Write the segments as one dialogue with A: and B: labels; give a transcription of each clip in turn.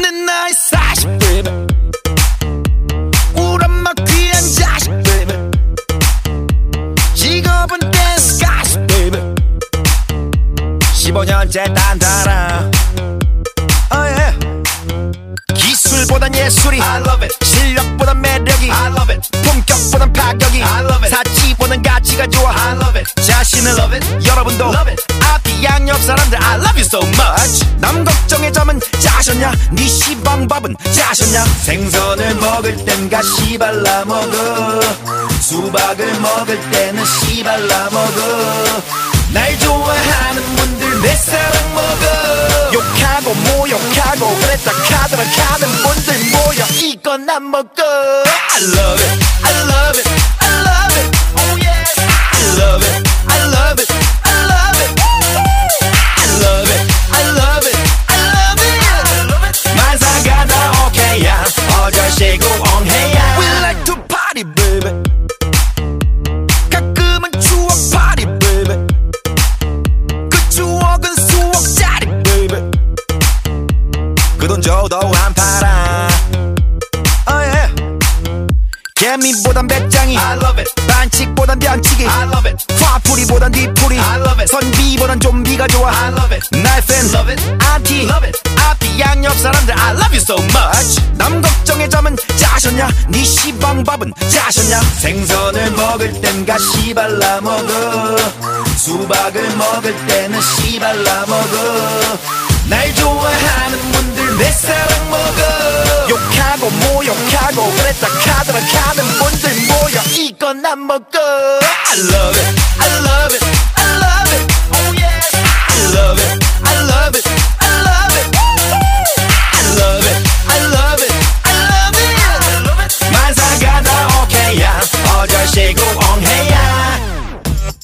A: 내 나이 40 baby 우람막 귀한 자식 baby 직업은 댄스 가수 baby 15년째 단단아 oh, yeah. 기술보단 예술이 I love it. 실력보단 매력이 I love it. 품격보단 파격이 I love it. 사치보단 가치가 좋아 I love it. 자신을 love it. 여러분도 love it. 앞이 양옆 사람들 I love you so much 남 걱정의 점은 짜셨냐 네 시방밥은 짜셨냐 생선을 먹을 땐가 시발라 먹어 수박을 먹을 때는 시발라 먹어 날 좋아하는 분들 내 사랑 먹어 욕하고 모욕하고 그랬다 카드라 카는 분들 모여 이건 안 먹어 I love it I love it I love it oh yeah I love it I love it I love it I love it I love it I love it 만사가 다 오케이야 어절시고 엉해야 We like to party baby 가끔은 추억 파티 baby 그 추억은 수억짜리 baby 그돈 줘도 안 팔아 oh, yeah. 개미보단 배짱이 I love it. 반칙보단 변칙이 I love it. 화풀이보단 뒤풀이 I love it. 선비보단 좀비가 좋아 I love it. 날팬 love it. 안티 love it. 앞이 양옆 사람들 I love you so much 남 걱정의 점은 짜셨냐 네 시방밥은 짜셨냐 생선을 먹을 땐가 시발라 먹어 수박을 먹을 때는 시발라 먹어 날 좋아하는 분들 내 사랑 먹어 욕하고 모욕하고 그랬다 카드라 카는 분들 모여 이건 안 먹어 I love it I love it I love it oh yeah I love it I love it I love it I love it I love it I love it 만사가 다 오케이야 어절시고 엉해야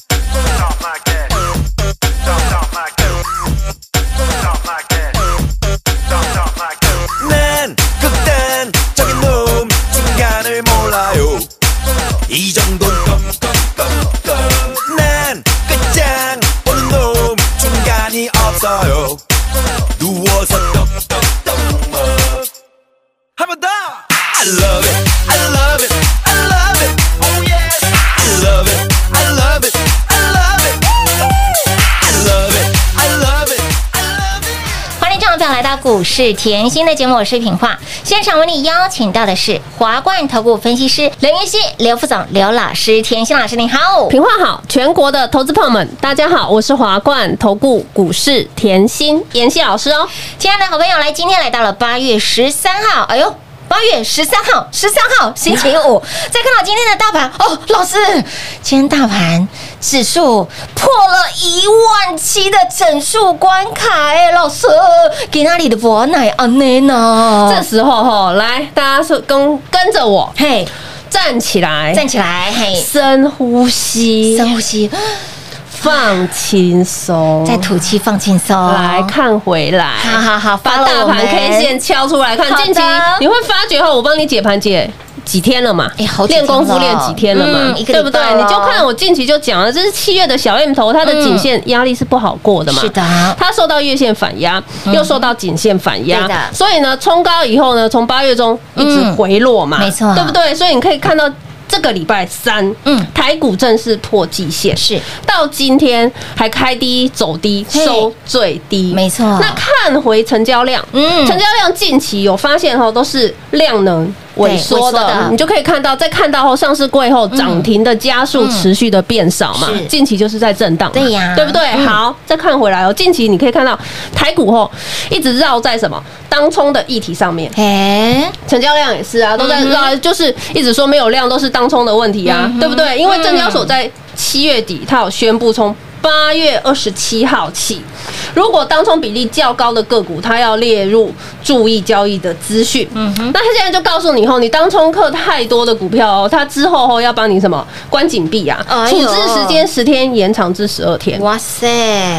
B: Talk like that. Talk, talk like that. Talk like that. Talk, talk like that.
A: 난 극단적인 놈 중간을 몰라요 이 정도는 난 끝장 보는 놈 중간이 없어요 누워서 떡떡떡 먹 한번 더! I love it, I love it, I love it, oh yeah I love it, I love it, I love it I love it, I love it, I love it
C: 欢迎众朋友来到股市甜心的节目，我是品化。现场为你邀请到的是华冠投顾分析师刘云熙、刘副总、刘老师。甜心老师您好，
D: 平话好，全国的投资朋友们，大家好，我是华冠投顾股市甜心妍希老师哦。
C: 亲爱的好朋友，来，今天来到了八月十三号，哎呦。八月十三号，十三号星期五，再看到今天的大盘哦，老师，今天大盘指数破了一万七的整数关卡，哎，老师，给那里的博奶啊，奶呢？
D: 这时候吼，来，大家是跟跟着我
C: 嘿，
D: 站起来，
C: 站起来，嘿，
D: 深呼吸，
C: 深呼吸，
D: 放轻松，
C: 在吐气，放轻松，
D: 哦来，看回来，
C: 好好好，
D: 把大盘 K 线。敲出来看
C: 好，的
D: 近期你会发觉哦后，我帮你解盘解。几天了嘛？
C: 哎好几天
D: 练功夫
C: 了
D: 练几天了嘛
C: 嗯？一个
D: 对不
C: 礼
D: 对
C: 拜？
D: 你
C: 了
D: 就看我近期就讲了，这是七月的小 M 头，它的颈线压力是不好过的嘛？
C: 嗯是的嗯
D: 它受到月线反压，又受到颈线反
C: 对的
D: 压，所以呢，冲高以后呢，从八月中一直
C: 嗯
D: 回落嘛，
C: 没错
D: 对不对？所以你可以看到这个礼拜三，
C: 嗯
D: 台股正式破季线，
C: 是
D: 到今天还开低走低
C: 嘿
D: 收最低，
C: 没错
D: 那看回成交量，
C: 嗯
D: 成交量近期有发现哦后都是量能萎
C: 对
D: 缩
C: 萎缩的
D: 的，你就可以看到，在看到后哦上市柜后涨停的家数持续的变少嘛
C: 嗯是，
D: 近期就是在震荡嘛，
C: 对呀
D: 对不对？
C: 嗯
D: 好，再看回来哦，近期你可以看到台股后一直绕在什么当冲的议题上面，
C: 哎，
D: 成交量也是啊，都在
C: 嗯哼
D: 啊，就是一直说没有量都是当冲的问题啊
C: 嗯哼，
D: 对不对？因为证交所在七月底，它有宣布从八月二十七号起，如果当冲比例较高的个股，它要列入注意交易的资讯。嗯哼，那它现在就告诉你后，你当冲客太多的股票哦，它之后哦要帮你什么关紧闭啊，
C: 哎
D: 处
C: 呦
D: 置时间十天延长至十二天。
C: 哇塞，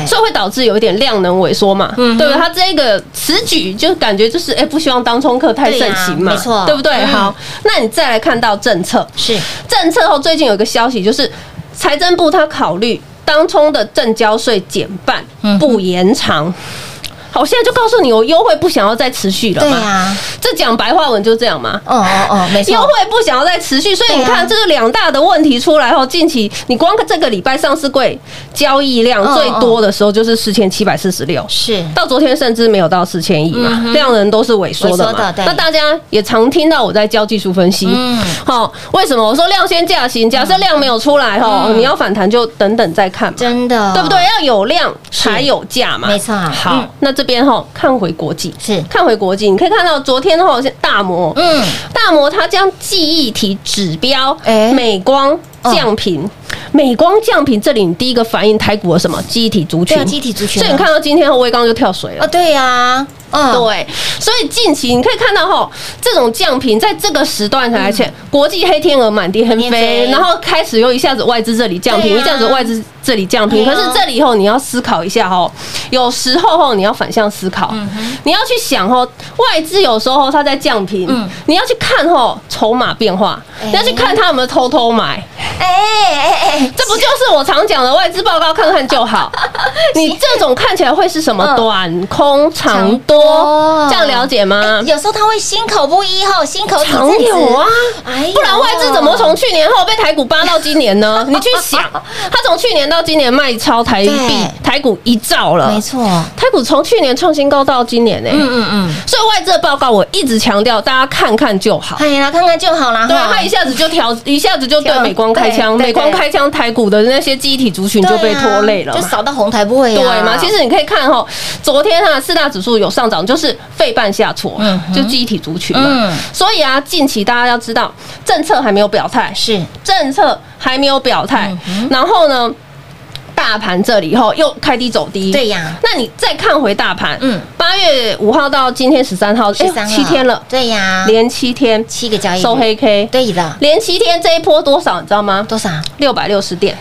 D: 所以会导致有一点量能萎缩嘛，
C: 嗯
D: 对不对？它这个此举就感觉就是，哎，不希望当冲客太盛行嘛，
C: 对呀没错
D: 对不对？
C: 嗯
D: 好，那你再来看到政策，
C: 是
D: 政策后最近有一个消息，就是财政部它考虑当冲的正交税减半
C: 嗯哼
D: 不延长。好，现在就告诉你，我优惠不想要再持续了
C: 对
D: 嘛。
C: 呀，
D: 这讲白话文就这样嘛。
C: 哦哦 哦，没错
D: 优，惠不想要再持续，所以你
C: 对啊
D: 看，这是两大的问题出来后，近期你光这个礼拜上市柜交易量
C: 嗯
D: 最多的时候就是四千七百四十六，
C: 是
D: 到昨天甚至没有到四千亿嘛
C: 嗯，哼
D: 量能都是萎缩的
C: 萎缩的
D: 嘛。
C: 对
D: 那大家也常听到我在教技术分析
C: 嗯，
D: 好，为什么我说量先价行？假设量没有出来哦，
C: 嗯
D: 你要反弹就等等再看嘛。
C: 真的，
D: 对不对？？要有量才有价嘛，
C: 没错
D: 好，
C: 嗯
D: 那这边哈，看回国际
C: 是
D: 看回国际，你可以看到昨天哈，大摩，
C: 嗯，
D: 大摩它将记忆体指标
C: 哎哦
D: 美光降频，美光降频，这里你第一个反应台股的什么记忆体族
C: 对
D: 群
C: 啊，？集体族群
D: 所
C: 啊，
D: 以你看到今天后，微刚就跳水
C: 啊，
D: 了。
C: 对呀，嗯，
D: 对，所以近期你可以看到哈，这种降频在这个时段才前，国际黑天鹅满地横
C: 横嗯
D: 飞
C: 飞，
D: 然后开始又一下子外资这里降频，
C: 对啊
D: 一下子外资这里降频。
C: 对
D: 可
C: 啊
D: 是这里以后你要思考一下哦，有时候哦你要反向思考，
C: 嗯
D: 你要去想哦，外资有时候哦它在降频
C: 嗯，
D: 你要去看哦筹码变化，你要去看它有没有偷偷买。
C: 哎哎哎哎，
D: 这不就是我常讲的外资报告看看 就好？你这种看起来会是什么
C: 嗯
D: 短空长
C: 长
D: 多
C: 多？哎
D: 这样了解吗？
C: 有时候他会心口不一吼，心口
D: 嗯常
C: 一阵子
D: 有啊，
C: 哎呦
D: 不然外资怎么从去年后被台股扒到今年呢？你去 想，他从去年到今年卖超台币
C: 对
D: 台股一兆了
C: 没，错，
D: 台股从去年创新高到今年呢、欸
C: 嗯嗯，
D: 所以外资的报告我一直强调，大家看看就好。
C: 哎呀，看看就好啦。
D: 对啊
C: 哈，
D: 他一下子就调，一下子就对
C: 调
D: 美光开枪，
C: 对对
D: 美光
C: 对
D: 开枪，台股的那些记忆体族群
C: 对啊
D: 就被拖累了嘛
C: 就扫到红台不会啊
D: 对嘛？其实你可以看哦，昨天啊四大指数有上涨，就是费半下挫，啊
C: 嗯哼
D: 就记忆体族群嘛。
C: 嗯
D: 所以啊，近期大家要知道，政策还没有表态，
C: 是嗯
D: 政策还没有表态，然后呢，大盘这里后又开低走低，
C: 对呀
D: 那你再看回大盘，
C: 嗯，
D: 八月五号到今天十三号，哎
C: 十
D: 呦
C: 三啊
D: 七天了，
C: 对呀，
D: 连七天
C: 七个交易日
D: 收黑 K，，
C: 对的，
D: 连七天这一波多少你知道吗？
C: 多少？
D: 六百六十点。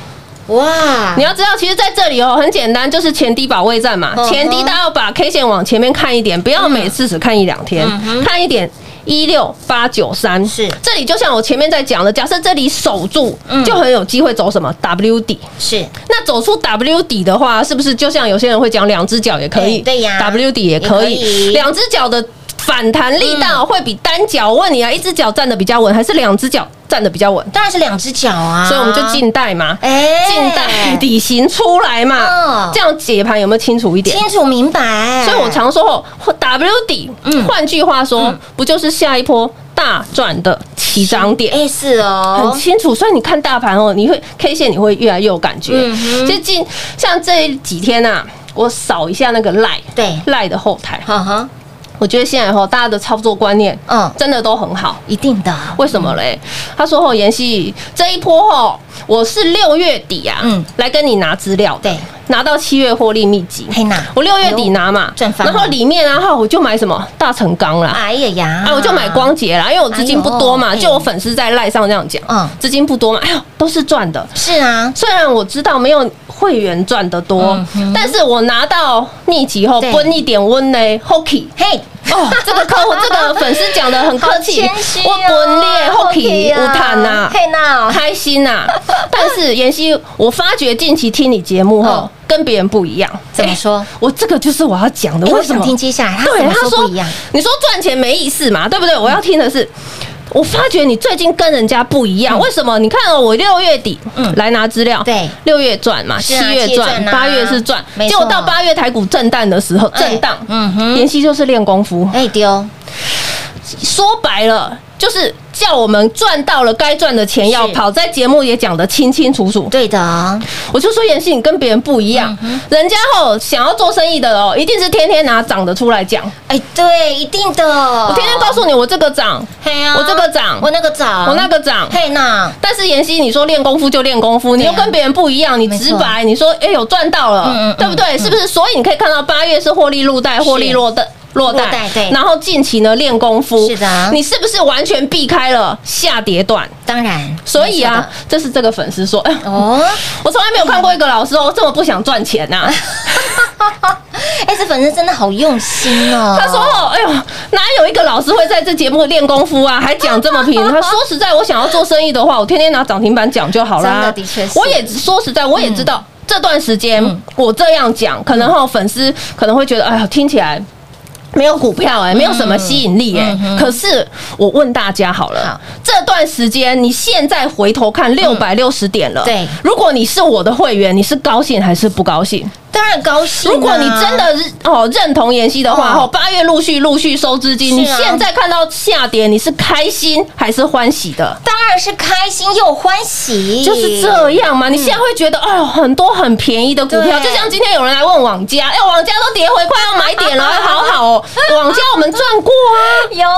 C: 哇
D: 你，要知道，其实在这里哦，很简单，就是前低保卫战嘛
C: 嗯。哼
D: 前低大家要把 K 线往前面看一点，不要每次只看一两天
C: 嗯哼，
D: 看一点。一六八九三
C: 是嗯
D: 这里，就像我前面在讲的，假设这里守住，就很有机会走什么 W 底。
C: 是
D: 那走出 W 底的话，是不是就像有些人会讲两只脚也可以？
C: 哎对呀
D: ，W 底也可
C: 也可以嗯
D: 以，两只脚的。反弹力道会比单脚，我问你啊，一只脚站得比较稳，还是两只脚站得比较稳？
C: 当然是两只脚啊，
D: 所以我们就静待嘛，
C: 哎
D: 近代底型出来嘛
C: 嗯，
D: 这样解盘有没有清楚一点？
C: 清楚明白，
D: 所以我常说哦，W 底，
C: 嗯
D: 换句话说，不就是下一波大赚的起涨点？
C: 哎是
D: 很
C: 哦，
D: 清楚，所以你看大盘哦，你会 K 线，你会越来越有感觉。
C: 嗯哼
D: 就近像这几天啊，我扫一下那个赖
C: 对
D: 赖的后台，
C: 哈哈，
D: 我觉得现在哈大家的操作观念，
C: 嗯
D: 真的都很好。
C: 一定的，
D: 为什么嘞？他说：“哦，妍希，这一波哦，我是六月底啊，
C: 嗯
D: 来跟你拿资料的，
C: 对
D: 拿到七月获利秘籍。
C: 嘿娜
D: 我六月底拿
C: 哎
D: 嘛
C: 呦，赚翻了
D: 然后里面啊，哈，我就买什么大成钢啦。
C: 哎呀呀，
D: 啊，我就买光洁啦，因为我资金不多
C: 哎
D: 嘛，
C: 呦
D: 就我粉丝在赖上这样讲，
C: 嗯
D: 资金不多嘛，哎呦，都是赚的。
C: 是啊，
D: 虽然我知道没有会员赚得多
C: 嗯，哼
D: 但是我拿到秘籍后，
C: 对
D: 分一点温呢 h o k y
C: 嘿，
D: 哦，这个客户这个粉丝讲的很客气，
C: 好谦虚
D: 我
C: 哦
D: 本列
C: 好
D: 后皮
C: 客气
D: 无
C: 啊
D: 谈呐，
C: 嘿娜
D: 开心呐、但是妍希，我发觉近期听你节目后
C: 嗯，
D: 跟别人不一样。
C: 怎么说
D: 哎我这个就是我要讲的，
C: 哎
D: 为
C: 我
D: 什
C: 想
D: 么？
C: 听接下来他
D: 对
C: 怎么
D: 他
C: 说
D: 说
C: 不一样？，
D: 你说赚钱没意思嘛，对不对？我要听的是。我发觉你最近跟人家不一样，为什么？你看哦，我六月底
C: 嗯
D: 来拿资料，
C: 对
D: 六月赚嘛，
C: 是
D: 七
C: 啊
D: 月
C: 七月
D: 赚
C: 赚，啊
D: 八月是赚，
C: 没
D: 结
C: 错
D: 果到八月台股震荡的时候，
C: 哎
D: 震荡，
C: 嗯
D: 嗯，
C: 哼哎
D: 妍希就是练功夫，
C: 哎丢，
D: 说白了就是叫我们赚到了该赚的钱要
C: 是
D: 跑，在节目也讲得清清楚楚。
C: 对嗯的，
D: 我就说妍希，你跟别人不一样，人家吼想要做生意的哦，一定是天天拿涨的出来讲，
C: 哎，对，一定的。我
D: 我天天告，诉你我这个涨，
C: 嘿啊，
D: 我这个涨
C: 我那个涨，
D: 我那个涨。
C: 嘿呐，
D: 啊但是妍希，你说练功夫就练功夫，你
C: 对啊
D: 又跟别人不一样，你直白，你说哎、有赚到了，
C: 嗯嗯嗯
D: 对不对？是不是？所以你可以看到八月是获利入袋，获利落袋。落
C: 落袋
D: 袋，
C: 对
D: 然后近期呢练功夫，
C: 是的
D: 你是不是完全避开了下跌段？
C: 当然，
D: 所以
C: 没
D: 啊
C: 错，
D: 这是这个粉丝说，哎，
C: 的，哦，
D: 我从来没有看过一个老师哦这么不想赚钱啊 呐、
C: 哎，这粉丝真的好用心哦。
D: 他说：“哦，哎呦，哪有一个老师会在这节目练功夫啊？还讲这么 平？他说实在，我想要做生意的话，我天天拿涨停板讲就好啦。
C: 真的的确是
D: 我也说实在，我也知道、这段时间、
C: 嗯
D: 我这样讲，可能哈粉丝可能会觉得，哎呀，听起来。”没有股票
C: 嗯
D: 哎、没有什么吸引力哎、可是我问大家好了，
C: 好嗯
D: 这段时间你现在回头看六百六十点了、
C: 对
D: 如果你是我的会员，你是高兴还是不高兴？
C: 当然高兴啊。
D: 如果你真的是哦认同妍希的话，
C: 哦
D: 哦，八月陆续陆续收资金，
C: 是
D: 你
C: 啊
D: 现在看到下跌，你是开心还是欢喜的？
C: 当然是开心又欢喜，
D: 就是这样嘛，你现在会觉得，哎呦，很多很便宜的股票，
C: 嗯对
D: 就像今天有人来问网家，哎，网家都跌回快要买 点了，哎好好哦，网家我们赚过啊，
C: 有。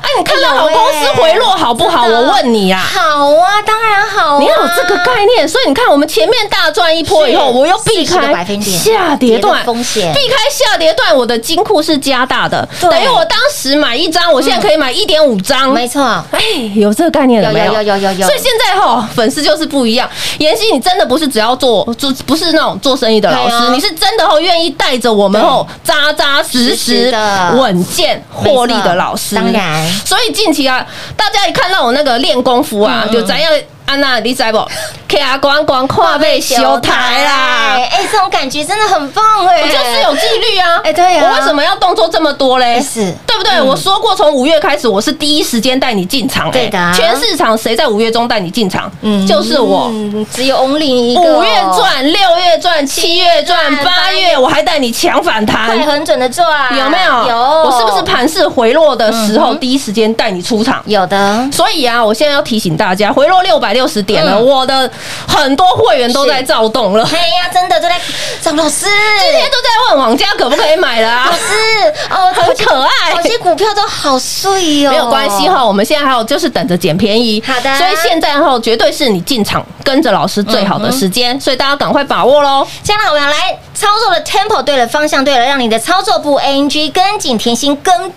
D: 哎，你看到好
C: 有
D: 公
C: 哎
D: 司回落好不好？
C: 真的
D: 我问你呀。
C: 好啊，当然好、啊。
D: 你要有这个概念，所以你看，我们前面大赚一波以后，
C: 是
D: 我又避
C: 40个
D: 开
C: 百分点
D: 下跌段
C: 跌的风险
D: 避开下跌段，我的金库是加大的，
C: 对
D: 等于我当时买一张，我现在可以买一点五张。
C: 没错，
D: 哎，有这个概念了
C: 有
D: 没
C: 有有有有有，
D: 所以现在哈，粉丝就是不一样。妍希，你真的不是只要做，就不是那种做生意的老师，
C: 对啊
D: 你是真的哦，愿意带着我们哦，扎扎
C: 实
D: 实
C: 实
D: 实
C: 的、
D: 稳健获利的老师。
C: 没错当然
D: 所以近期啊，大家一看到我那个练功夫啊，
C: 嗯
D: 就咱要安娜，你知 不？K R 光光跨背修台啦。
C: 哎、这种感觉真的很棒哎、
D: 我就是有纪律啊！
C: 哎对啊哎
D: 我为什么要动作这么多嘞？
C: 是嗯
D: 对不对？我说过，从五月开始，我是第一时间带你进场、哎
C: 对的啊
D: 全市场谁在五月中带你进场？嗯，就是我。
C: 嗯，只有 only 一个、
D: 五月，赚，六月赚，七月赚，
C: 赚八
D: 八
C: 月
D: 月我还带你抢反弹，
C: 快很准的赚，
D: 有没有？
C: 有，嗯
D: 我是不是盘势回落的时候，第一时间带你出场？
C: 有的？
D: 所以啊，我现在要提醒大家，回落六百六十点了，
C: 嗯
D: 我的很多会员都在躁动了，
C: 哎呀，真的都在找老师，
D: 今天都在问网家可不可以买了啊
C: 老？师哦，
D: 很可爱，
C: 好些股票都好碎哦，
D: 没有关系哈，，我们现在还有就是等着捡便宜。
C: 好的
D: 所以现在哈，绝对是你进场跟着老师最好的时间，所以大家赶快把握喽。
C: 这样的我们来操作的 tempo 对了，方向对了，让你的操作不 ANG，跟紧甜心跟。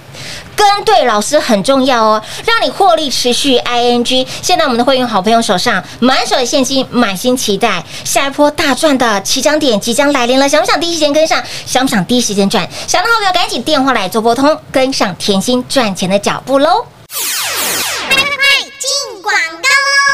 C: 跟对老师很重要哦，让你获利持续 ing。现在我们的会员好朋友手上满手的现金，满心期待下一波大赚的起涨点即将来临了，想不想第一时间跟上？想不想第一时间赚？想的好朋友赶紧电话来做拨通，跟上甜心赚钱的脚步喽。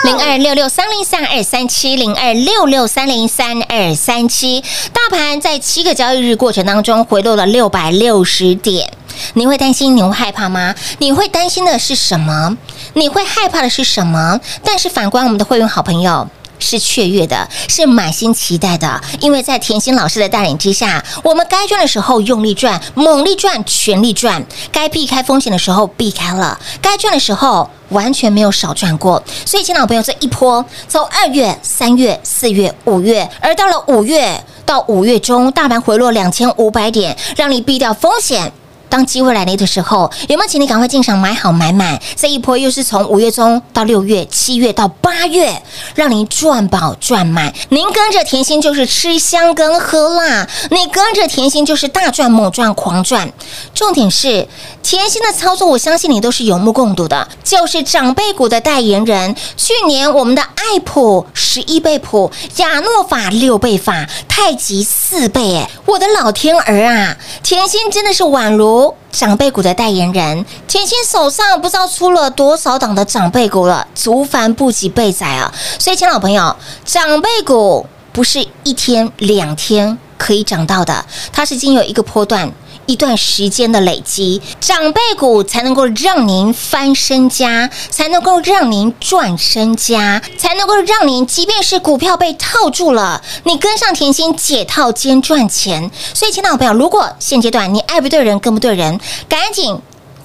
C: 零二六六三零三二三七零二六六三零三二三七。大盘在七个交易日过程当中回落了六百六十点，你会担心，你会害怕吗？你会担心的是什么？你会害怕的是什么？但是反观我们的会员好朋友。是雀跃的，是满心期待的，因为在甜心老师的带领之下，我们该赚的时候用力赚，猛力赚，全力赚；该避开风险的时候避开了，该赚的时候完全没有少赚过。所以，亲爱的朋友，这一波从二月、三月、四月、五月，而到了五月到五月中，大盘回落两千五百点，让你避掉风险。当机会来临的时候，有没有请你赶快进场买好买满？这一波又是从五月中到六月、七月到八月，让您赚饱赚满。您跟着甜心就是吃香跟喝辣，你跟着甜心就是大赚猛赚狂赚。重点是甜心的操作，我相信你都是有目共睹的，就是长辈股的代言人。去年我们的爱普十一倍普，亚诺法六倍法，太极四倍，哎，我的老天儿啊！甜心真的是宛如长辈股的代言人，甜心手上不知道出了多少档的长辈股了，竹凡不及贝仔啊！所以，亲老朋友，长辈股不是一天两天可以涨到的，它是经由一个波段。一段时间的累积，长辈股才能够让您翻身家，才能够让您赚身家，才能够让您，即便是股票被套住了，你跟上甜心解套兼赚钱。所以，亲爱的朋友，如果现阶段你爱不对人，跟不对人，赶紧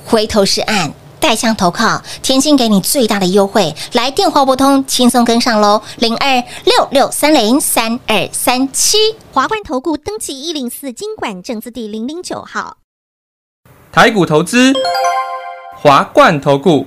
C: 回头是岸。
E: 带枪投靠，甜心给你最大的优惠，来电话拨通，轻松跟上喽，零二六六三零三二三七。
F: 华冠投顾登记一零四经管证字第零零九号，
G: 台股投资，华冠投顾，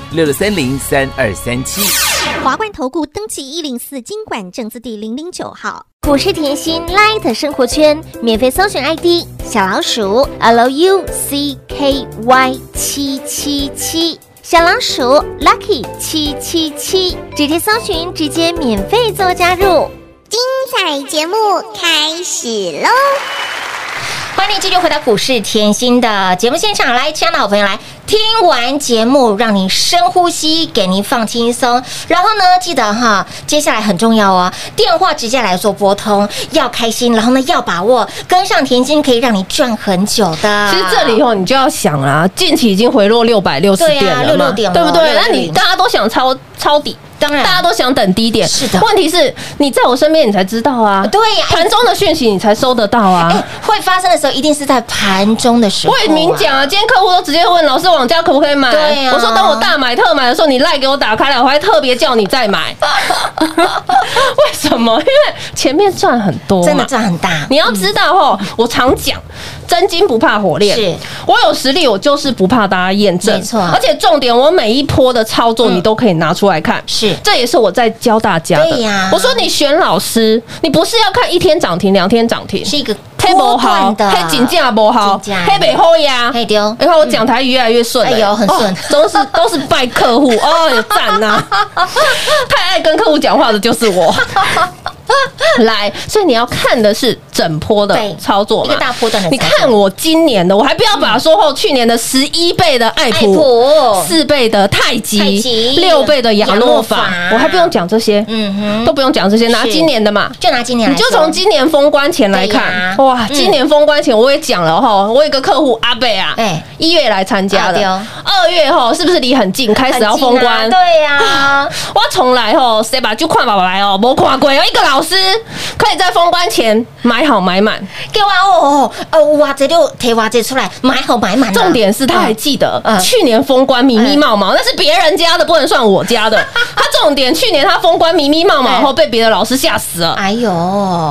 H: 六六三零三二三七。
F: 华冠投顾登记一零四经管证字第零零九号。
C: 股市甜心 Light 生活圈免费搜寻 ID 小老鼠 Lucky 七七七，小老鼠 Lucky 七七七，直接搜寻，直接免费做加入。
F: 彩节目开始喽！
E: 欢迎你继续回到股市甜心的节目现场，来，亲爱的好朋友，来听完节目，让你深呼吸，给您放轻松。然后呢，记得哈，接下来很重要哦，电话直接来做拨通，要开心，然后呢要把握，跟上甜心可以让你赚很久的。
D: 其实这里哦，你就要想啦，近期已经回落六百六十
E: 对啊
D: 点了嘛，
E: 66点了
D: 对不对？
E: 660
D: 那你大家都想抄抄底，
E: 当然
D: 大家都想等低点。
E: 是的
D: 问题是你在我身边，你才知道啊。
E: 对呀哎
D: 盘中的讯息你才收得到
E: 哎、
D: 啊。
E: 会发生的时候一定是在盘中的时候、
D: 我也明，讲啊，今天客户都直接问老师网价可不可以买？
E: 对啊
D: 我说等我大买特买的时候，你赖给我打开来，我还特别叫你再买。 为什么？因为前面赚很多嘛，
E: 真的赚很大。
D: 你要知道哦，我常讲，真金不怕火炼，
E: 是
D: 我有实力，我就是不怕大家验证，
E: 没错嗯
D: 而且重点，我每一波的操作你都可以拿出来看，
E: 是
D: 这也是我在教大家的。
E: 对呀
D: 我说你选老师，你不是要看一天涨停、两天涨停，
E: 是一个波
D: table
E: 段
D: 好，
E: 的，
D: 黑金价不好，
E: 金价
D: 黑北后呀，
E: 嘿丢
D: 你看哎我讲台语越来越顺了，
E: 哎呦很顺
D: 哦都是都是拜客 户，哦，有赞呐！太爱跟客户讲话的就是 我。来，所以你要看的是整波的
E: 对
D: 操作
E: 一
D: 嘛
E: 个大波段的
D: 你
E: 操
D: 看
E: 作嗯
D: 我今年的，我还不要把说后去年的十一倍的爱
E: 爱普
D: 普，四倍的太
E: 太
D: 极
E: 极，
D: 六倍的亚
E: 亚
D: 诺
E: 诺
D: 法
E: 法，
D: 我还不用讲这些，
E: 嗯哼，
D: 都不用讲这些，拿
E: 是
D: 今年的嘛。
E: 就拿今年
D: 你
E: 来
D: 就
E: 说，
D: 从今年封关前来
E: 对呀
D: 看，哇！
E: 嗯
D: 今年封关前我也讲了哈，我有一个客户阿贝啊
E: 哎，
D: 一月来参加
E: 啊对
D: 的
E: 哦，
D: 二月哈是不是离很近，开始要封关
E: 很近？啊对呀、
D: 我从来吼，谁把就看爸爸来哦，没看过有一个老师可以在封关前买好买满，
E: 给我哦哦哦，哇这就提哇这出来，买好买满啊。
D: 重点是他还记得
E: 嗯
D: 去年封关迷迷冒冒，那是别人家的，不能算我家 的。他重点去年他封关迷迷冒冒
E: 哎
D: 后被别的老师吓死了
E: 嗯，。哎呦，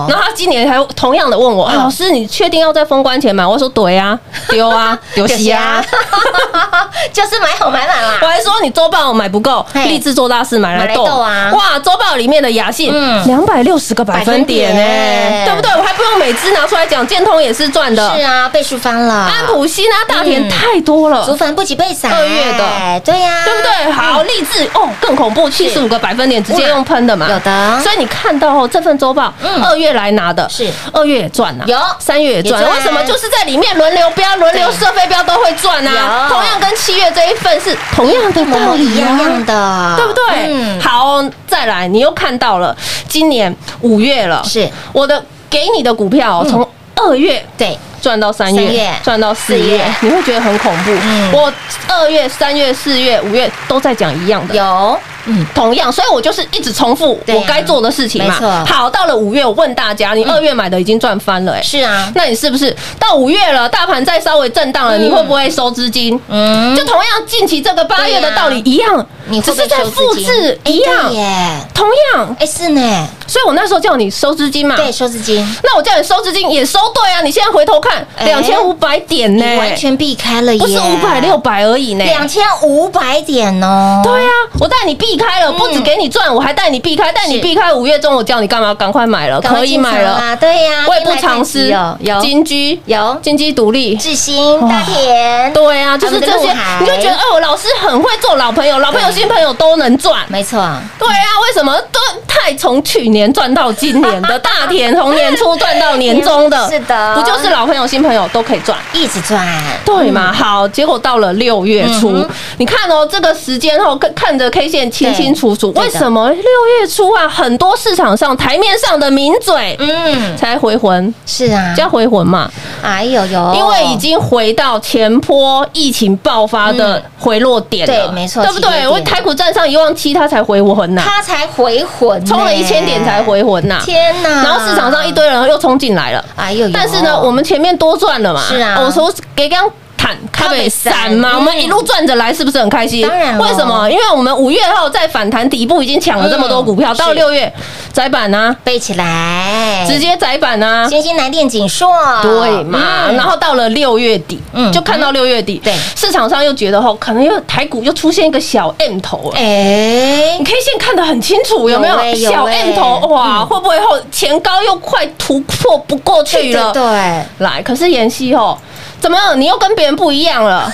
D: 然后他今年还同样的问
E: 嗯
D: 我，啊老师，你确定要在封关前买？我说对啊， 丢 啊，丢西啊。
E: 啊就是买好买满
D: 我
E: 啦。
D: 还说你周报买不够，
E: 嘿
D: 立志做大事买来斗
E: 买来斗啊
D: 哇，周报里面的雅信
E: 嗯
D: 两百六十个百分点呢、
E: 百分点
D: 对不对？我还不用每支拿出来讲，建通也是赚的，
E: 是啊，倍数翻了。
D: 安普新啊、大田
E: 嗯
D: 太多了。
E: 竹粉不及倍散，
D: 二月的，
E: 对呀、
D: 对不对？好，励志哦，更恐怖，七十五个百分点直接用喷的嘛，
E: 有的
D: 所以你看到哦，这份周报，二月来拿的，
E: 是
D: 二月也赚啊，
E: 有
D: 三月也赚，
E: 也赚
D: 为什么？就是在里面轮流标、轮流射飞标都会赚啊。
E: 有
D: 同样跟七月这一份是同样的
E: 一
D: 道
E: 模一
D: 理
E: 样
D: 啊。
E: 的，
D: 对不对？
E: 嗯，
D: 好，再来，你又看到了，今年五月了，
E: 是
D: 我的给你的股票哦从二月
E: 对，
D: 赚到三
E: 三
D: 月
E: 月，
D: 赚到四
E: 四
D: 月
E: 月，
D: 你会觉得很恐怖。
E: 嗯
D: 我二月、三月、四月、五月都在讲一样的，
E: 有，嗯，
D: 同样，所以我就是一直重复
E: 对啊
D: 我该做的事情嘛
E: 没错。嗯
D: 好，到了五月，我问大家，你二月买的已经赚翻了，哎，
E: 是啊，
D: 那你是不是到五月了，大盘再稍微震荡了，
E: 嗯
D: 你会不会收资金？
E: 嗯，
D: 就同样近期这个八月的
E: 对啊
D: 道理一样，
E: 你
D: 只
E: 会
D: 是
E: 不会
D: 在
E: 收
D: 复
E: 资金
D: 制
E: 哎
D: 一样啊
E: 对，耶，
D: 同样。
E: 哎是呢，
D: 所以我那时候叫你收资金嘛，
E: 对，收资金，
D: 那我叫你收资金也收对啊，你现在回头看，
E: 哎
D: 两千五百点呢、
E: 你完全避开了耶，
D: 不是五百六百而已呢、
E: 两千五百点哦，
D: 对啊，我带你避避开了，不止给你赚，我还带你避开，带你避开。五月中我叫你干嘛？赶快买了，
E: 赶快
D: 可以
E: 进场
D: 买了
E: 啊，。对呀，
D: 未不
E: 天来
D: 偿
E: 太急
D: 失，
E: 哦有
D: 金居
E: 有
D: 金居独立。
E: 志新、大田，
D: 对啊，就是
E: 他们的
D: 这些
E: 陆，海
D: 你就觉得哦，老师很会做老朋友，老朋友、新朋友都能赚。
E: 没错，
D: 对啊，为什么都太从去年赚到今年的大田，从年初赚到年终的，
E: 是的
D: 不就是老朋友、新朋友都可以赚？
E: 一直赚，
D: 对
E: 嗯
D: 嘛？好，结果到了六月初，你看哦，这个时间后看看着 K 线清清楚楚，
E: 对
D: 为
E: 的
D: 什么六月初啊，很多市场上台面上的名嘴
E: 嗯，
D: 才回魂，
E: 是啊，
D: 叫回魂嘛？
E: 哎呦呦，
D: 因为已经回到前坡疫情爆发的回落点了，
E: 嗯对没错
D: 对不
E: 起跌
D: 对？
E: 点
D: 我台股站上一万七，它才回魂呐、
E: 他才回魂呢，
D: 冲了一千点才回魂呐、
E: 天啊哪！
D: 然后市场上一堆人又冲进来了，
E: 哎呦呦，
D: 哦但是呢，我们前面多赚了嘛，
E: 是啊
D: 我说给刚。砍咖啡散嘛，
E: 嗯
D: 我们一路赚着来，是不是很开心？
E: 当然咯
D: 为什么？因为我们五月后在反弹底部已经抢了这么多股票，
E: 嗯哎
D: 到
E: 是
D: 六月窄板啊，
E: 背起来，
D: 直接窄板啊，
E: 星星来电锦硕，
D: 对嘛？
E: 嗯
D: 然后到了六月底，
E: 嗯
D: 就看到六月底，
E: 对
D: 市场上又觉得吼，哦可能又台股又出现一个小 M 头了。
E: 哎
D: 你，K 线看得很清楚，有没有
E: 有欸有欸
D: 小 M 头？哇，
E: 嗯
D: 会不会后前高又快突破不过去了？
E: 对对
D: 来，可是妍希吼，怎么样？你又跟别人不一样了？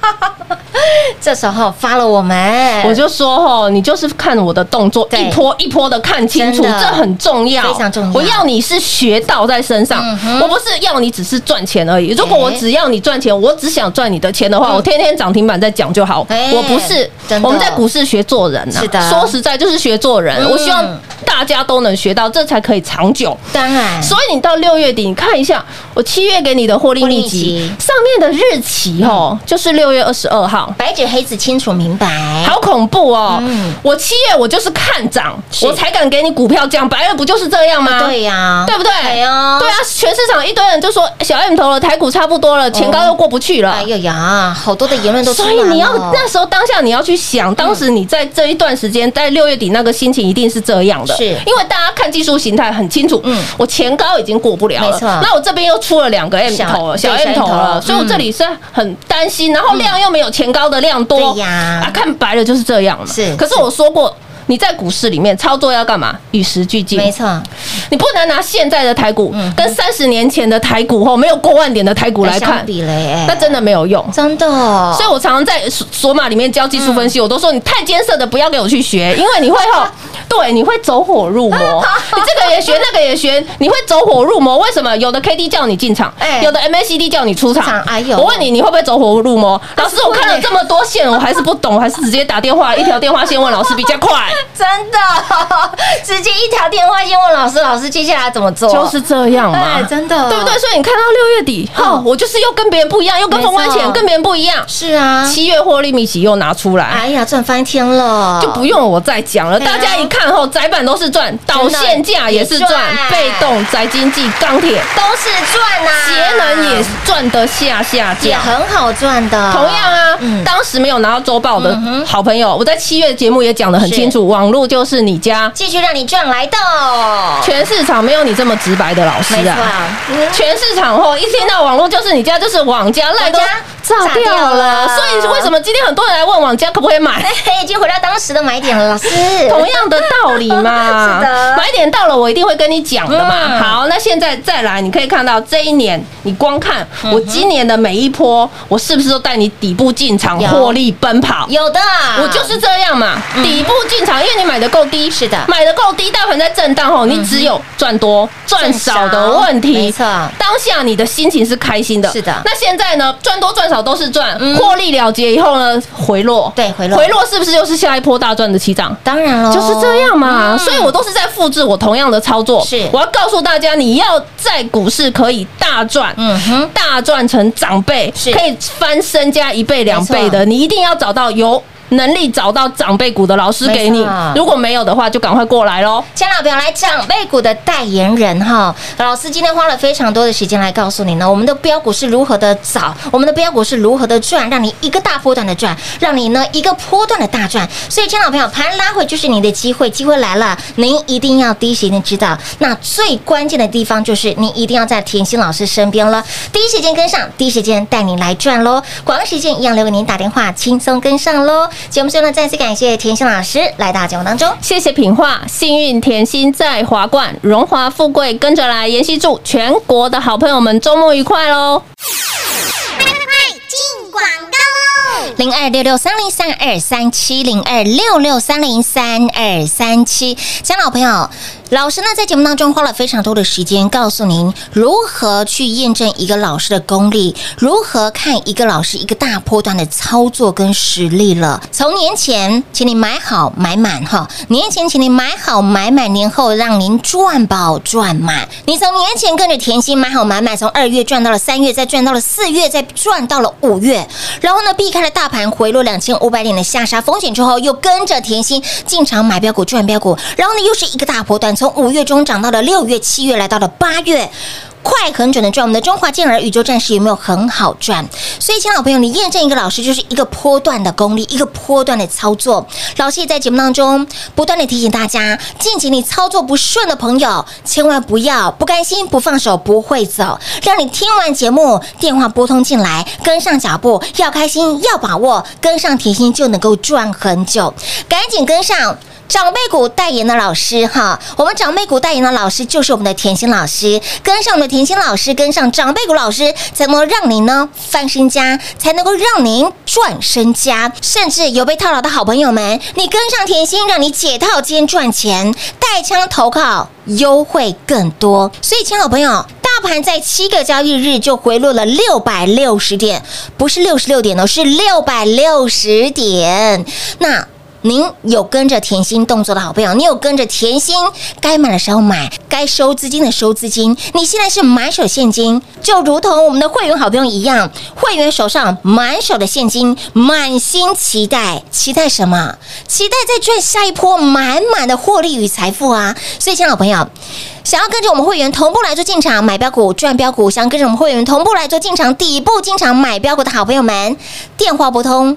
E: 对，这时候发了我们，
D: 我就说吼，你就是看我的动作，
E: 对
D: 一波一波的看清楚，
E: 真的
D: 这很重要，
E: 非常重要嗯
D: 我要你是学到在身上，我不是要你只是赚钱而已。如果我只要你赚钱，我只想赚你的钱的话，我天天涨停板在讲就好。
E: 嗯哎
D: 我不是
E: 真，的
D: 我们在股市学做人呐、
E: 是的
D: 说实在就是学做人。
E: 嗯
D: 我希望大家都能学到，这才可以长久。
E: 当然，
D: 所以你到六月底，你看一下我七月给你的获利
E: 获利嗯
D: 秘籍
E: 集
D: 上面的日期哦，就是六月二十二号。
E: 白纸黑字清楚明白，
D: 好恐怖哦！
E: 嗯
D: 我七月我就是看涨，
E: 是
D: 我才敢给你股票降，白了不就是这样吗？
E: 对呀，
D: 对不对？
E: 哎
D: 对
E: 呦，
D: 啊，全市场一堆人就说哎小 M 头了，台股差不多了，前高又过不去了
E: 哎。呦呀，好多的言论都出
D: 啊所
E: 来
D: 以
E: 了哦嗯
D: 你要那时候当下你要去想，当时你在这一段时间，在六月底那个心情一定是这样的，
E: 是
D: 因为大家看技术形态很清楚，
E: 嗯
D: 我前高已经过不了了，
E: 没错
D: 那我这边又出了两个 M
E: 小
D: 头了，小
E: 对小
D: M 头
E: M 头
D: 了，
E: 了嗯
D: 所以我这里是很担心，然后量又没有前高的量多，
E: 对呀
D: 啊，看白了就是这样嘛，
E: 是
D: 可是我说过。你在股市里面操作要干嘛？与时俱进，
E: 没错，
D: 你不能拿现在的台股
E: 嗯
D: 跟三十年前的台股后没有过万点的台股来
E: 相
D: 看，
E: 比嘞，哎
D: 那真的没有用。
E: 真的哦，
D: 所以我常常在索索马里面教技术分析，我都说你太艰涩的不要给我去学，因为你会 后对你会走火入魔，你这个也学那个也学，你会走火入魔。为什么？有的 K D 叫你进场
E: 哎，
D: 有的 M A C D 叫你出
E: 出场
D: 场。
E: 哎呦啊
D: 我问你，你会不会走火入魔？老师，我看
E: 会
D: 了
E: 耶
D: 这么多线，我还是不懂，我还是直接打电话，一条电话线问老师比较 快。
E: 真的 直接一条电话先问老师，老师接下来怎么做？
D: 就是这样嘛
E: 哦哎，，真的，嗯
D: 对不对？？所以你看到六月底，哈，我就是又跟别人不一样，又跟封关
E: 没错
D: 前跟别人不一样。
E: 是啊，
D: 七月获利秘籍又拿出来，
E: 哎呀，赚翻天了，
D: 就不用我再讲了，
E: 啊对啊
D: 大家一看后，窄板都是赚，导线价也是赚
E: 也，赚
D: 被动、宅经济、钢铁、
E: 都是赚呐、
D: 节能也赚得下下
E: 也
D: 价。
E: 很好赚的，
D: 同样啊，
E: 嗯
D: 当时没有拿到周报的好朋友，我在七月节目也讲得很清楚，网络就是你家，
E: 继续让你赚来的，
D: 全市场没有你这么直白的老师
E: 没错
D: 啊。，
E: 嗯
D: 全市场后一听到网络就是你家，就是网家赖都
E: 网家
D: 炸
E: 炸
D: 掉
E: 掉
D: 了，
E: 了
D: 所以为什么今天很多人来问网家可不可以买？
E: 嘿，已经回到当时的买点了，老师，
D: 同样的道理嘛。
E: 是的
D: 买点到了，我一定会跟你讲的嘛。
E: 嗯
D: 好，那现在再来，你可以看到这一年，你光看我
E: 嗯
D: 今年的每一波，我是不是都带你底部进场
E: 有
D: 获利奔跑？
E: 有嗯的，
D: 我就是这样嘛，底部进场，因为你买的够低，
E: 是的
D: 买的够低，大盘在震荡后，你只有赚多赚少的问题，
E: 嗯没错
D: 当下你的心情是开心的，
E: 是的
D: 那现在呢，赚多赚少都是赚，
E: 嗯
D: 获利了结以后呢，回落，
E: 对回落
D: 回落是不是又是下一波大赚的起涨？
E: 当然喽，
D: 就是这样嘛，
E: 嗯
D: 所以我都是在复制我同样的操作。
E: 是
D: 我要告诉大家，你要在股市可以大赚，
E: 嗯哼，
D: 大赚成长辈，
E: 是
D: 可以翻身加一倍两倍
E: 没
D: 的，你一定要找到有能力找到长辈股的老师给
E: 没
D: 你
E: 错。
D: 如果没有的话，就赶快过来喽。
E: 千万不要来长辈股的代言人哈。老师今天花了非常多的时间来告诉你呢，我们的标股是如何的找，我们的标股是如何的赚，让你一个大波段的赚，让你呢一个波段的大赚。所以，亲老朋友，盘拉回就是你的机会，机会来了，您一定要第一时间知道。那最关键的地方就是你一定要在甜心老师身边了，第一时间跟上，第一时间带你来赚喽。广告时间一样留给您打电话，轻松跟上喽。节目最后呢，再次感谢甜心老师来到节目当中。
D: 谢谢品画，幸运甜心在华冠，荣华富贵跟着来。妍希祝全国的好朋友们周末愉快喽！
I: 进广告喽！
E: 零二六六三零三二三七零二六六三零三二三七。家老朋友，老师呢在节目当中花了非常多的时间，告诉您如何去验证一个老师的功力，如何看一个老师一个大波段的操作跟实力了。从年前，请你买好买满哈，年前请你买好买满，年后让您赚饱赚满。你从年前跟着甜心买好买满，从二月赚到了三月，再赚到了四月，再赚到了五月，然后呢避开了大盘回落两千五百点的下杀风险之后，又跟着甜心进场买标股赚标股，然后呢又是一个大波段，从五月中涨到了六月、七月，来到了八月。快很准的赚，我们的中华健儿宇宙战士有没有很好赚？所以，亲爱的朋友，你验证一个老师就是一个波段的功力，一个波段的操作。老师也在节目当中不断的提醒大家，近期你操作不顺的朋友，千万不要不甘心、不放手、不会走，让你听完节目电话拨通进来，跟上脚步，要开心，要把握，跟上甜心就能够赚很久，赶紧跟上。长辈股代言的老师哈，我们长辈股代言的老师就是我们的甜心老师，跟上我们的甜心老师，跟上长辈股老师，才能够让您呢翻身家，才能够让您赚身家，甚至有被套牢的好朋友们，你跟上甜心，让你解套兼赚钱，带枪投靠。优惠更多。所以，亲爱的朋友，大盘在七个交易日就回落了六百六十点，不是六十六点哦，是六百六十点。那。您有跟着甜心动作的好朋友，你有跟着甜心该买的时候买，该收资金的收资金。你现在是满手现金，就如同我们的会员好朋友一样，会员手上满手的现金，满心期待，期待什么？期待再赚下一波满满的获利与财富啊！所以，亲爱的朋友，想要跟着我们会员同步来做进场买标股赚标股，想要跟着我们会员同步来做进场底部进场买标股的好朋友们，电话拨通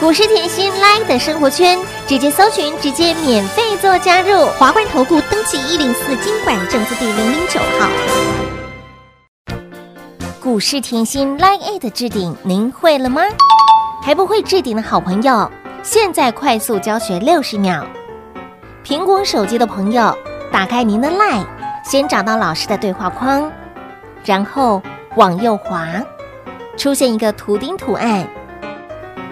I: 股市甜心 Line 的生活圈，直接搜寻，直接免费做加入。
J: 华冠投顾登记一零四经管证字第零零九号。
I: 股市甜心 Line A 的置顶，您会了吗？还不会置顶的好朋友，现在快速教学六十秒。苹果手机的朋友，打开您的 Line，先找到老师的对话框，然后往右滑，出现一个图钉图案，